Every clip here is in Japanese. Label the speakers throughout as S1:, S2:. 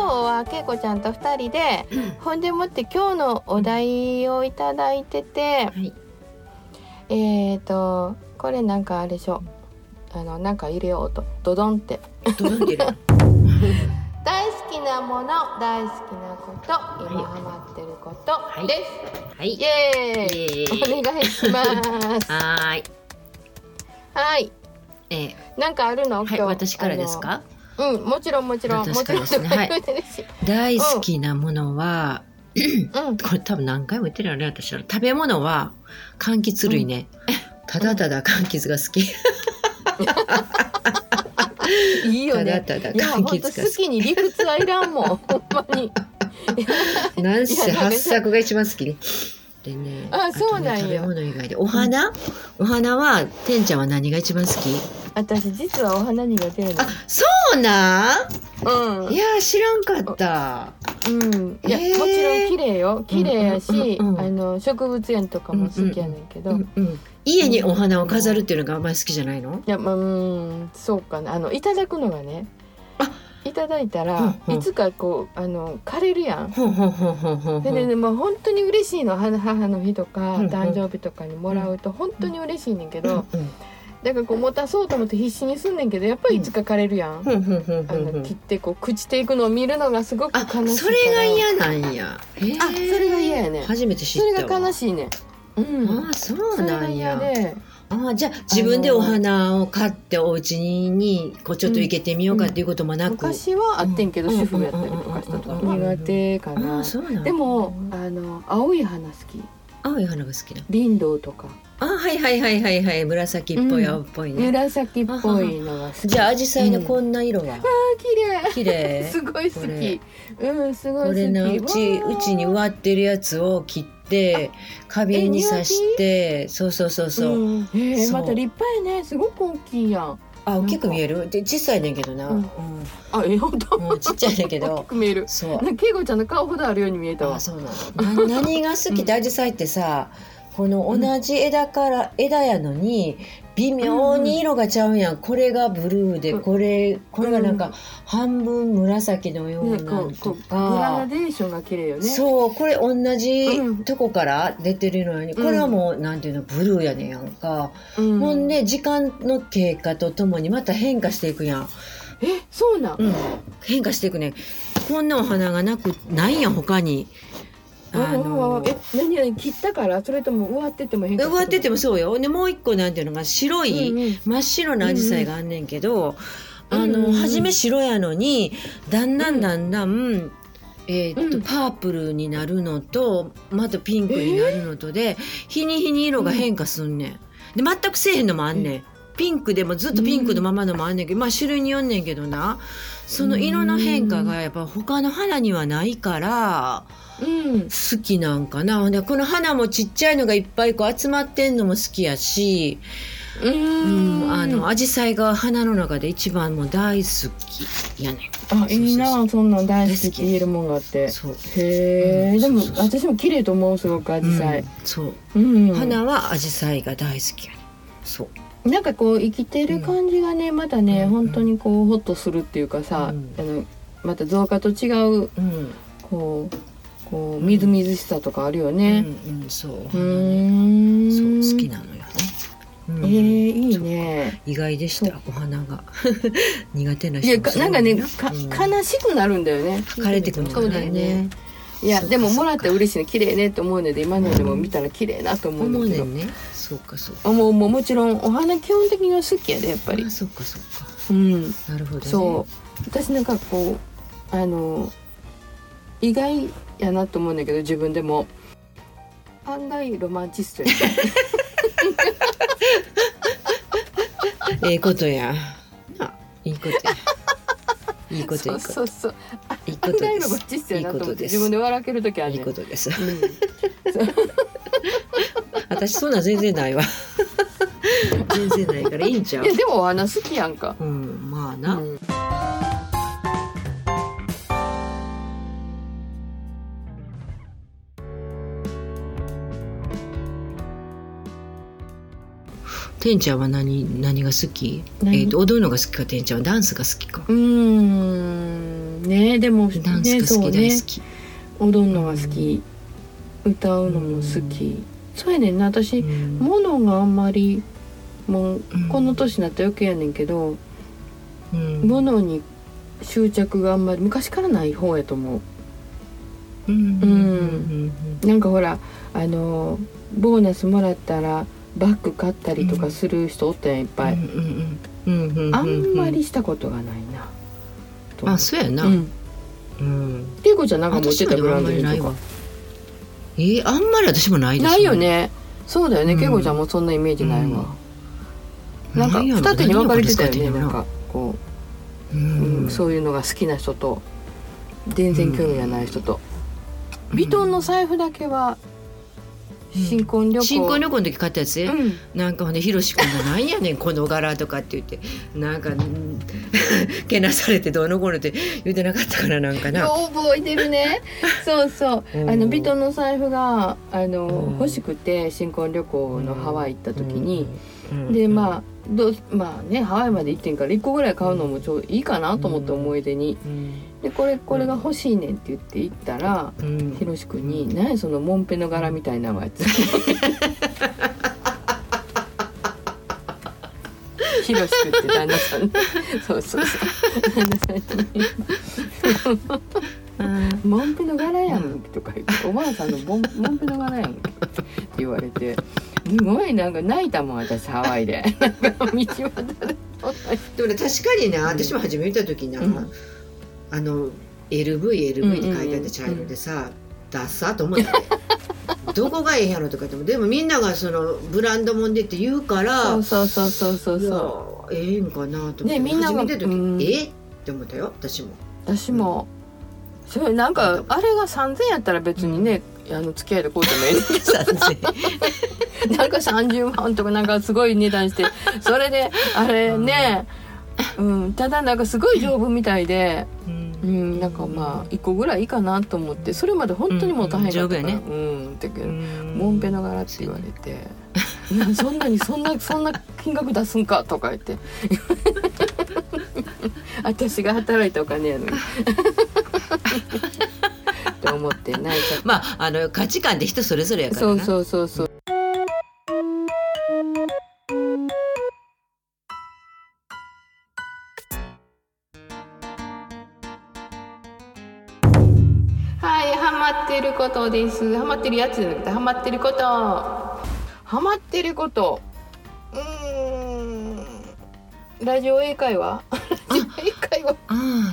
S1: は恵子ちゃんと2人でほんでもって今日のお題をいただいてて
S2: はい
S1: えーとこれなんかあれでしょあのなんか入れようとドドンって
S2: ドドン ってる
S1: 大好きなもの大好きなこと今ハマってること
S2: い
S1: です、
S2: はい
S1: イエーイ
S2: イエーイ
S1: お願いします
S2: はーい
S1: はい
S2: えー
S1: なんかあるの今
S2: は
S1: 日
S2: い私からですか
S1: あのうんもちろんもちろんも
S2: 私
S1: ち
S2: か
S1: ろ
S2: らで
S1: ん
S2: すねはい
S1: 嬉し い
S2: 大好きなものは、
S1: うん
S2: これ多分何回も言ってるよね私は食べ物は柑橘類ね、ただただ柑橘が好き、
S1: いいよ
S2: ただ
S1: ね
S2: ただ
S1: いや
S2: 柑
S1: 本当
S2: 橘が
S1: 好
S2: 好き
S1: きに理屈はいらんもん ほんまに
S2: なんせ
S1: いやなんか
S2: 発作が一番好きねでね
S1: あそうなんや
S2: とね食べ物以外でお花、お花はてんちゃんは何が一番好き
S1: 私実はお花苦手やねん
S2: あそうなん
S1: うん
S2: いや知らんかった
S1: うん、いや、
S2: えー
S1: もちろん綺麗よ綺麗やし、
S2: うんうんうんうん
S1: あの植物園とかも好きやねんけど、
S2: うんうん家にお花を飾るっていうのがあんまり好きじゃないの
S1: いやまあうんそうかなあのいただくのがね
S2: あ
S1: いただいたら、
S2: うんうん
S1: いつかこうあの枯れるやん。
S2: ほんほんほんほんほんほ
S1: で
S2: ん
S1: ね、でも本当に嬉しいの母母の日とか、
S2: うんうん
S1: 誕生日とかにもらうと本当に嬉しいねんけ
S2: う
S1: ど、
S2: んうん
S1: だからこう持たそうと思って必死にすんねんけどやっぱりいつか枯れるやん、
S2: ほんほんほん
S1: あ
S2: ほんほ
S1: の
S2: ん
S1: 切ってこう朽ちていくのを見るのがすごく悲しいか
S2: あ
S1: ら
S2: それが嫌なんやあ
S1: あそれが嫌やね
S2: 初めて知っ
S1: それ
S2: た
S1: が
S2: わ
S1: 悲しいねんうん
S2: あそう
S1: それ
S2: な
S1: が
S2: ん
S1: 嫌
S2: や
S1: で
S2: あじゃあ自分でお花を買ってお家ににこうちょっと生けてみようかっていうこともなく、
S1: 昔はあってんけど、
S2: うん
S1: 主婦やったりとかした時
S2: うん
S1: 苦手か
S2: あ
S1: な、
S2: そうなん
S1: でもあの青い花好き
S2: 青い花が好きな
S1: 林道とか
S2: あはいはいはいはいはい紫っぽい青っぽいね、
S1: 紫っぽいのが好き
S2: じゃあ紫陽花
S1: うん
S2: のこんな色は、
S1: 綺
S2: 綺
S1: 麗
S2: 麗
S1: すごい好
S2: こ
S1: き
S2: れ
S1: うんすごい
S2: こ
S1: 好き
S2: れなうち
S1: わー
S2: うちに植わってるやつを切って花瓶に刺してそうそうそうそう、
S1: うんへえ
S2: そう
S1: また立派やねすごく大きいやん
S2: あ大きく見えるで小さいねんけどな、
S1: う
S2: うんん
S1: あえ本当
S2: うんちっちゃいねんけ
S1: 大き
S2: ど
S1: く見える
S2: そう
S1: なんか恵子ちゃんの顔ほどあるように見えたわ
S2: あそうなのな何が好きってアジサイってさこの同じ枝から枝やのに微妙に色がちゃうやん、これがブルーで
S1: うん
S2: これこれがなん
S1: う
S2: か半分紫のよう
S1: ね
S2: な
S1: こ
S2: の
S1: うことうグラ
S2: か、
S1: デーションが綺麗よね
S2: そうこれ同
S1: う
S2: じ
S1: ん
S2: とこから出てるのに、これはもうなんていうのブルーやねんやんか、
S1: うん
S2: ほんで時間の経過とともにまた変化していくやん、
S1: えそうなん
S2: うん、変化していくねこんなお花がなくないやん他に。
S1: あのえ何々切ったからそれとも植わってても変化
S2: 植わってて
S1: も
S2: もそうよでもう一個なんていうのが白い、
S1: うんうん
S2: 真っ白なアジサイがあんねんけど、
S1: うん
S2: あ
S1: うんう
S2: の
S1: ん
S2: 初め白やのにだんだ
S1: うん
S2: んだんだん、えーっと
S1: うん
S2: パープルになるのとまたピンクになるのとで、日に日に色が変化すんねん。で全くせえへんのもあんねん。ピンクでもずっとピンクのままのもあんねんけど、まあ種類によんねんけどなその色の変化がやっぱ他の花にはないから。
S1: うん
S2: 好きなんかな。ほんでこの花もちっちゃいのがいっぱいこう集まってんのも好きやし、
S1: う
S2: うん、
S1: ん
S2: あの、紫陽花が花の中で一番もう大好きやね
S1: あいい
S2: そうそうそ
S1: な
S2: う
S1: そんなん大好きって言えるもんがあって
S2: ん。そう。
S1: へ
S2: う
S1: え
S2: ん
S1: でも
S2: そうそうそう
S1: 私も綺麗と思うすごくアジサ
S2: う
S1: イ
S2: んそう。
S1: うん
S2: 花は紫陽花が大好きやねそう。
S1: なんかこう生きてる感じがねまたね
S2: うん
S1: 本当にこうホッとするっていうかさあ
S2: うん
S1: のまた造花と違う
S2: うん。
S1: こうこうみずみずしさとかあるよね
S2: うん、うん、そう。お
S1: う
S2: 花ね
S1: ん
S2: そう、好き
S1: な
S2: なのよね。
S1: え
S2: うん
S1: ーいいね
S2: 意外でした、お花が。 苦手ない人
S1: や
S2: も
S1: か
S2: そう
S1: なんかねか、
S2: うん
S1: 悲しくなるんだよね
S2: 枯れてくるんじゃないね。
S1: いや
S2: そうか
S1: でも
S2: そ
S1: も
S2: うから
S1: って嬉しいね綺麗ねと思うので今のでも見たら綺麗なと思う
S2: 思
S1: ん
S2: う
S1: だけ
S2: ね
S1: ど、
S2: んね。そうか、そうか。
S1: あもうもうもちろんお花基本的には好きやでやっぱり
S2: あ、そうか、そうか。
S1: うん
S2: なるほど、ね。
S1: そう私なんかこうあの意外やなと思うんだけど自分でも案外ロマンチストやね
S2: ええことや。ないいことや。いいこと
S1: そ
S2: いういこ
S1: そ
S2: と。
S1: うそう
S2: いいこ
S1: 案
S2: と
S1: 外
S2: で
S1: ロマン
S2: す。
S1: チストやなと思
S2: いい
S1: っ
S2: こと
S1: て
S2: です
S1: 自分で笑ける時ある
S2: いい
S1: ねん
S2: こ
S1: う
S2: とです。
S1: ん
S2: 私そんなん全 然ないわ。全然ないからいいんちゃう
S1: いや。でもお花好きやんか
S2: うん、まあな。
S1: うん
S2: てんちゃんは何何が好き？え
S1: 何
S2: っ、と踊るのが好きか、てんちゃんはダンスが好きか。
S1: うーんねでも
S2: ダンス
S1: ね
S2: が好き大
S1: そうね
S2: 好き、
S1: 踊るのが好き、歌うのも好き、そうやねんな私、
S2: うん
S1: ものがあんまりもう
S2: うん
S1: この年になったら余計やねんけど、
S2: うん
S1: ものに執着があんまり昔からない方やと思
S2: う
S1: う
S2: ん
S1: んうなんかほらあのボーナスもらったらバッグ買ったりとかする人おったやんいっぱい、
S2: うんうんうんうん
S1: あんまりしたことがないなと思
S2: あ
S1: う
S2: そうやな、
S1: うん
S2: うん
S1: ていうこちゃんなんか持って
S2: 私も
S1: た
S2: で
S1: ブ
S2: も
S1: ラ
S2: あん
S1: ンド
S2: まり
S1: 品
S2: ない
S1: とか
S2: わえー、あんまり私もないです
S1: ないよねそうだよね
S2: うん
S1: けいこちゃんもそんなイメージないわ、なんか
S2: ないやろ
S1: 二手に分かれてたよ
S2: 何
S1: ね
S2: をこれ使ってんの
S1: なんかこ
S2: う
S1: う、うん
S2: ん
S1: そういうのが好きな人と全然興味がない人と、ヴィトンの財布だけは新婚旅行、
S2: 新婚旅行の時買ったやつ、
S1: うん
S2: なんかほんでひろし君が「なんやねんこの柄」とかって言ってなんかうん けなされてどうのこうのって言ってなかったからなんかな
S1: よう覚えてる ねそうそうあ
S2: うん
S1: のヴィトンの財布があの、
S2: うん
S1: 欲しくて新婚旅行のハワイ行った時に、、
S2: うん
S1: でまあどうまあねハワイまで行ってんから1個ぐらい買うのもちょういいかなと思って
S2: うん
S1: 思い出に
S2: うん
S1: でこれこれが欲しいねんって言って行ったら
S2: うん
S1: ひろしくんに「何やそのモンペの柄みたいなやつ」ひろしくんって旦那さんそうそうそう旦那さんに
S2: うん
S1: 「モンペの柄やん」とか言って「おばあさんのモンモンペの柄やん」って言われてすごいなんか泣いたもん私ハワイでなんか道端で撮った
S2: でもね確かにね
S1: ん
S2: 私も初め見た時な、
S1: うん
S2: あの LVLV
S1: うんうんうん
S2: って書いてあった茶色でさ、ダッサー と思ってどこがええんやろとかってでもみんながそのブランドもんでって言うから
S1: そうそうそうそうそうそう
S2: いやええんかなと思って、
S1: ねみんなが
S2: 初めて時、
S1: うん
S2: えって思ったよ私も
S1: 私もそれなんかあれが3,000やったら別にね、あの付き合いでこうてもええねんけど なんか30万とかなんかすごい値段 してそれであれね、うん、ただなんかすごい丈夫みたいで、
S2: う
S1: うんん、なんかまあ1個ぐらいいいかなと思ってそれまで本当にもう大変だったから、
S2: うん丈
S1: うんだけどモンペの柄って言われて「な そんなにそんなそんな金額出すんか」とか言って 「私が働いたお金 やのに」って思って泣いちゃっ
S2: まああの価値観って人それぞれや
S1: た
S2: から
S1: そう
S2: う
S1: そうそうそうはいハマってることですハマってるやつじゃなくてハマってることハマってることうーんラジオ英会話ラジオ英会話
S2: あ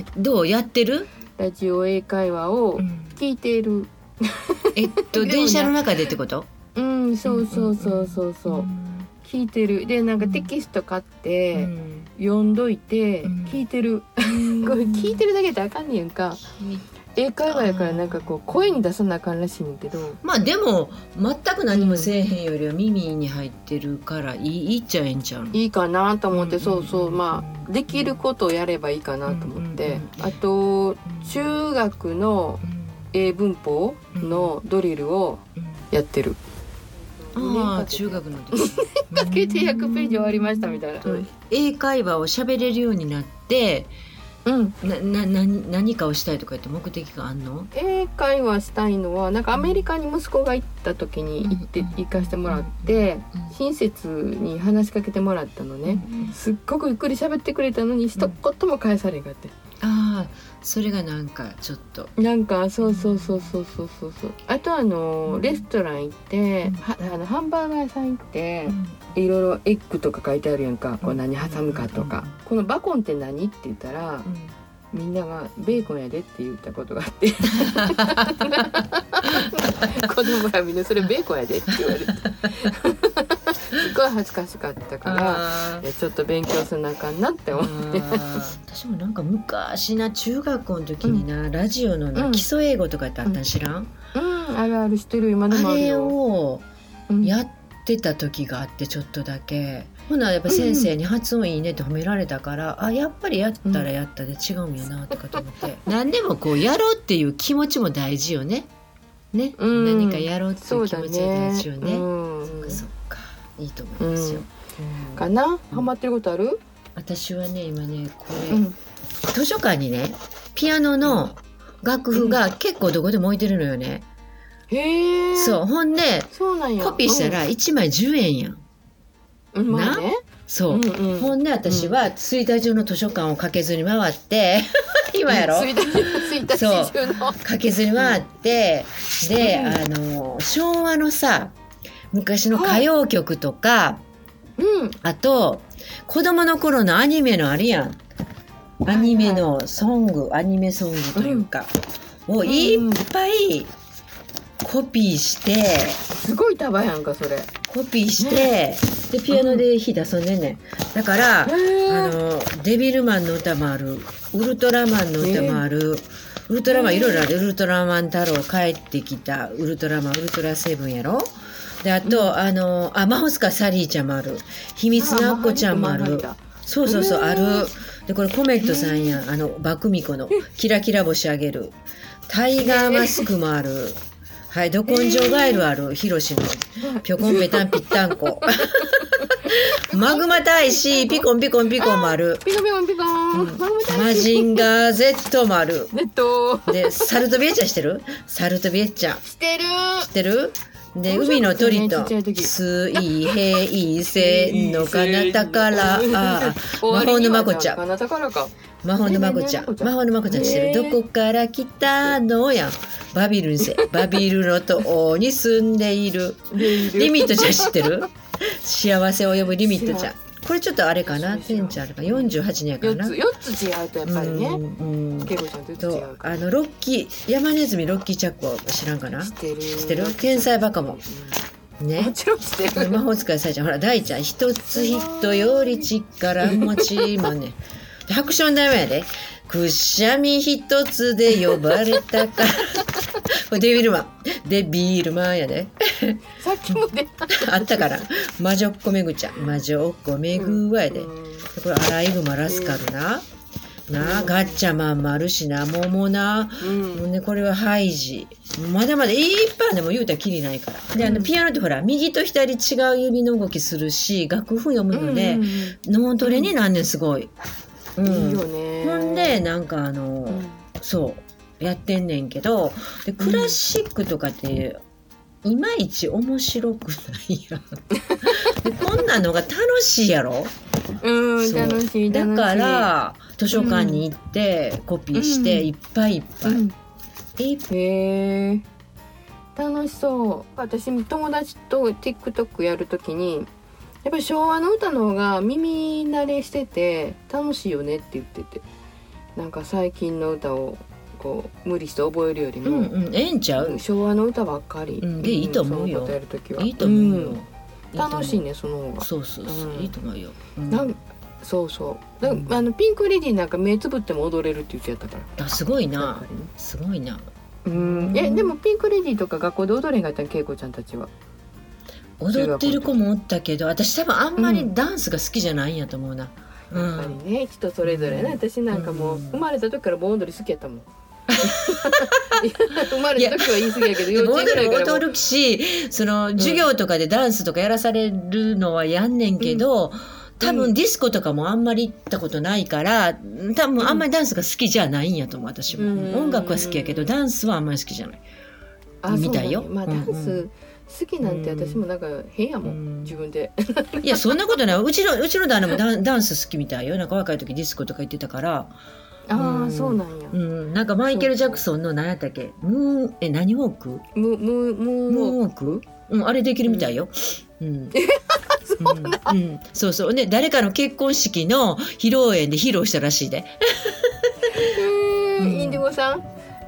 S2: あどうやってる、
S1: ラジオ英会話を聞いている
S2: えっと
S1: でもね
S2: 電車の中でってこと
S1: うんそうそうそうそうそう聞いてるでなんかテキスト買っ
S2: う
S1: て
S2: ん
S1: 読んどいて
S2: うん
S1: 聞いてる
S2: うん
S1: これ聞いてるだけであかんねやんか英会話やからなんかこう声に出さなあかんらしいねんだけど
S2: まあでも全く何もせえへんよりは耳に入ってるからいいいいっちゃええんちゃうの
S1: いいかなと思って、
S2: うん
S1: そうそうまあできることをやればいいかなと思って、
S2: うん
S1: あと中学の英文法のドリルをやってる、
S2: うんああ中学の時
S1: だけで100ページ終わりましたみたいな、
S2: うん英会話を喋れるようになって
S1: うん、
S2: なな何何かをしたいとかって目的があんの
S1: 英会話したいのはなんかアメリカに息子が行った時に行って
S2: うん
S1: 行かしてもらって親切に話しかけてもらったのねすっごくゆっくり喋ってくれたのに一言も返されんかって
S2: ああそれがなんかちょっと
S1: なんかそうそうそうそうそうそうそうあとあのレストラン行ってはあのハンバーガー屋さん行っていろいろエッグとか書いてあるやんかこう何挟むかとかこのバコンって何って言ったらみんながベーコンやでって言ったことがあって 子供がみんなそれベーコンやでって言わ れてすっごい恥ずかしかったから
S2: あ
S1: いやちょっと勉強せなあかんなって
S2: あ
S1: 思う
S2: 私もなんか昔な中学校の時にな、ラジオのな、
S1: うん
S2: 基礎英語とかってあったん知らん、
S1: うんあるあるしてる今でも
S2: あ
S1: ある
S2: れ
S1: よ
S2: を
S1: うん
S2: やってた時があってちょっとだけほなやっぱ先生に発音いいねって褒められたから、あやっぱりやったらやったで違うんやなとかと思って、 何でもこうやろうっていう気持ちも大事よねね、
S1: うん
S2: 何かやろうってい
S1: そうう
S2: 気
S1: だ
S2: 持ちが大
S1: ね
S2: 事よね
S1: うん
S2: そっかいいと思いますよ、うん
S1: かなハマってることある
S2: 私はね今ねこれ、
S1: うん
S2: 図書館にねピアノの楽譜が結構どこでも置いてるのよね。
S1: へえ
S2: そうほんで
S1: そうなんや
S2: コピーしたら1枚10円やん。
S1: うんうんまあね
S2: そう、
S1: うんうん
S2: ほんで私は吹田中の図書館を駆けずり回って 今やろ
S1: うんついたついた
S2: そう
S1: し中の
S2: 駆けずり回って、で、
S1: うん
S2: あの昭和のさ昔の歌謡曲とか、
S1: うん
S2: あと子供の頃のアニメのあるやんアニメのソング、アニメソングというか、をいっぱいコピーして
S1: すごい束やんかそれへ
S2: コピーして、でピアノで弾いて遊んでんねんだから、あ
S1: え
S2: のデビルマンの歌もあるウルトラマンの歌もある、ウルトラマンいろいろあるウルトラマン太郎帰ってきたウルトラマンウルトラセブンやろであと、あのあマホスカサリーちゃんもある秘密のアッコちゃんもあるそうそうそう
S1: うん
S2: あるでこれコメットさんやんあのバクミコのキラキラ星あげるタイガーマスクもあるはいど根性ガエルあるヒロシのぴょこんぺたんぴったん こマグマ大使ピコンピコンピコンもある
S1: ピコピコピコーン孫ちゃん
S2: マジンガー Z もある。
S1: ネット
S2: で、サルトビエッチャしてるサルトビエッチャ知
S1: してる
S2: ってるで、
S1: 面白
S2: 海
S1: か
S2: の
S1: ったよね
S2: 鳥と
S1: ちっちゃい、時
S2: 水平線の彼方から、あ魔法のまこちゃん
S1: あなたからか
S2: 魔法のまこちゃん。魔法のまこちゃんしてる。
S1: ね
S2: どこから来たのやん。バビ ルンせ、バビルの塔に住んでいる。リミットちゃん知ってる幸せを呼ぶリミットちゃん。これちょっとあれかな
S1: 知ら
S2: 天
S1: ん
S2: ちゃんあるか ?48 年やから
S1: 四
S2: な。
S1: つ四つ違うとやっぱり
S2: う
S1: ね
S2: んうん
S1: ケイコちゃんと四つ違
S2: と
S1: うか
S2: あのロッキー山ネズミロッキーチャックは知らんかな
S1: ら知ってる知
S2: ってる天才バカも
S1: も
S2: ね
S1: ちろん知ってる
S2: 魔法使いさえちゃんほら大ちゃん一つヒットより力持ちもねでハクションダメやでくしゃみ一つで呼ばれたからこれデビルマンデビルマンやで
S1: さっきも出た
S2: あったから魔女っ子めぐちゃん魔女っ子めぐわやで、
S1: うん
S2: でこれアライグマラスカルな、なあガッチャマンもあるしな桃な
S1: うん
S2: もうね、これはハイジ。まだまだいっぱいでも言うたらきりないから。で、あの、ピアノってほら、右と左違う指の動きするし、楽譜読むので
S1: うん、
S2: 脳トレになんねん、すごい。う
S1: いいよ
S2: ん。
S1: ね
S2: ほんで、なんかあ
S1: う
S2: の
S1: ん、
S2: そう、やってんねんけど、でクラシックとかって、いまいち面白くないやん。でこんなのが楽しいやろ
S1: うん
S2: そう
S1: 楽しい
S2: だ
S1: 楽しい
S2: から、図書館に行って、コピーして、
S1: うん
S2: いっぱいいっぱい。
S1: うん
S2: いっ
S1: へえ楽しそう私も友達と TikTok やるときにやっぱり昭和の歌の方が耳慣れしてて楽しいよねって言っててなんか最近の歌をこう無理して覚えるより
S2: う
S1: も、
S2: んうん、ええんちゃう
S1: 昭和の歌ばっかり、
S2: うんでいいと思う
S1: その
S2: よ
S1: ことやるときはい
S2: いと思うよ。
S1: ん
S2: いいと思う
S1: 楽しい。ねその方が
S2: そうそうそう、
S1: うん
S2: いいと思うよ。うん
S1: なんそうそうだ
S2: うん
S1: あのピンク・レディーなんか目つぶっても踊れるって言ってやったから
S2: あすごい
S1: やっ
S2: な
S1: ぱ。りね
S2: すごいな。
S1: うんえでもピンク・レディーとか学校で踊れんかったん恵子ちゃんたちは
S2: 踊ってる子もおったけど、私多分あんまりダンスが好きじゃないんやと思うな。う
S1: やっぱ
S2: ん。
S1: りね人それぞれね私なんかもう
S2: うん
S1: 生まれた時から盆踊り好きやっ たもん生まれた時は言い過ぎやけど幼稚園ぐらい
S2: 踊
S1: か
S2: る
S1: らも
S2: 踊るしその授業とかでダンスとかやらされるのはやんねんけど、多分ディスコとかもあんまり行ったことないから多分あんまりダンスが好きじゃないんやと思う私も、
S1: うん
S2: 音楽は好きやけどダンスはあんまり好きじゃない、
S1: あそうなんや
S2: みたいよ
S1: まあダン
S2: うんう
S1: ス好きなんて私もなんか変やもん
S2: うん
S1: 自分で
S2: いやそんなことないうちのうちの旦那もダンダンス好きみたいよなんか若い時ディスコとか行ってたから、
S1: ああそうなんや
S2: うん、なんかマイケル・ジャクソンの何やったっけムーンえ何ウォーク
S1: ムムム
S2: ムー
S1: も
S2: ンウォーク、うん、あれできるみたいよ。うんうんうん、そうそうね誰かの結婚式の披露宴で披露したらしいで
S1: う
S2: うん
S1: インディゴさん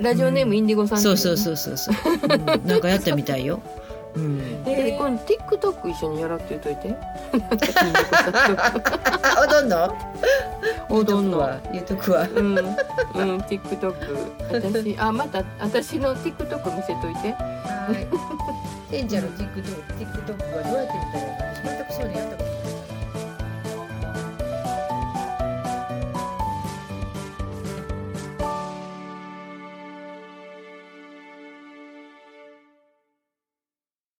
S1: ラジオネームインディゴさん
S2: そうそう
S1: う
S2: そうそうそう、うん、なんかやったみたいよ、うん、
S1: で今度 TikTok 一緒にやらって言っといてインディゴさんと
S2: あ踊んの
S1: おどんの
S2: 言うとくわ
S1: うん、うん、TikTok 私あまた私の TikTok 見せといて
S2: はい。てんちゃんの TikTok, TikTok はどうやって見たらいいの私全くそういうのやったことない。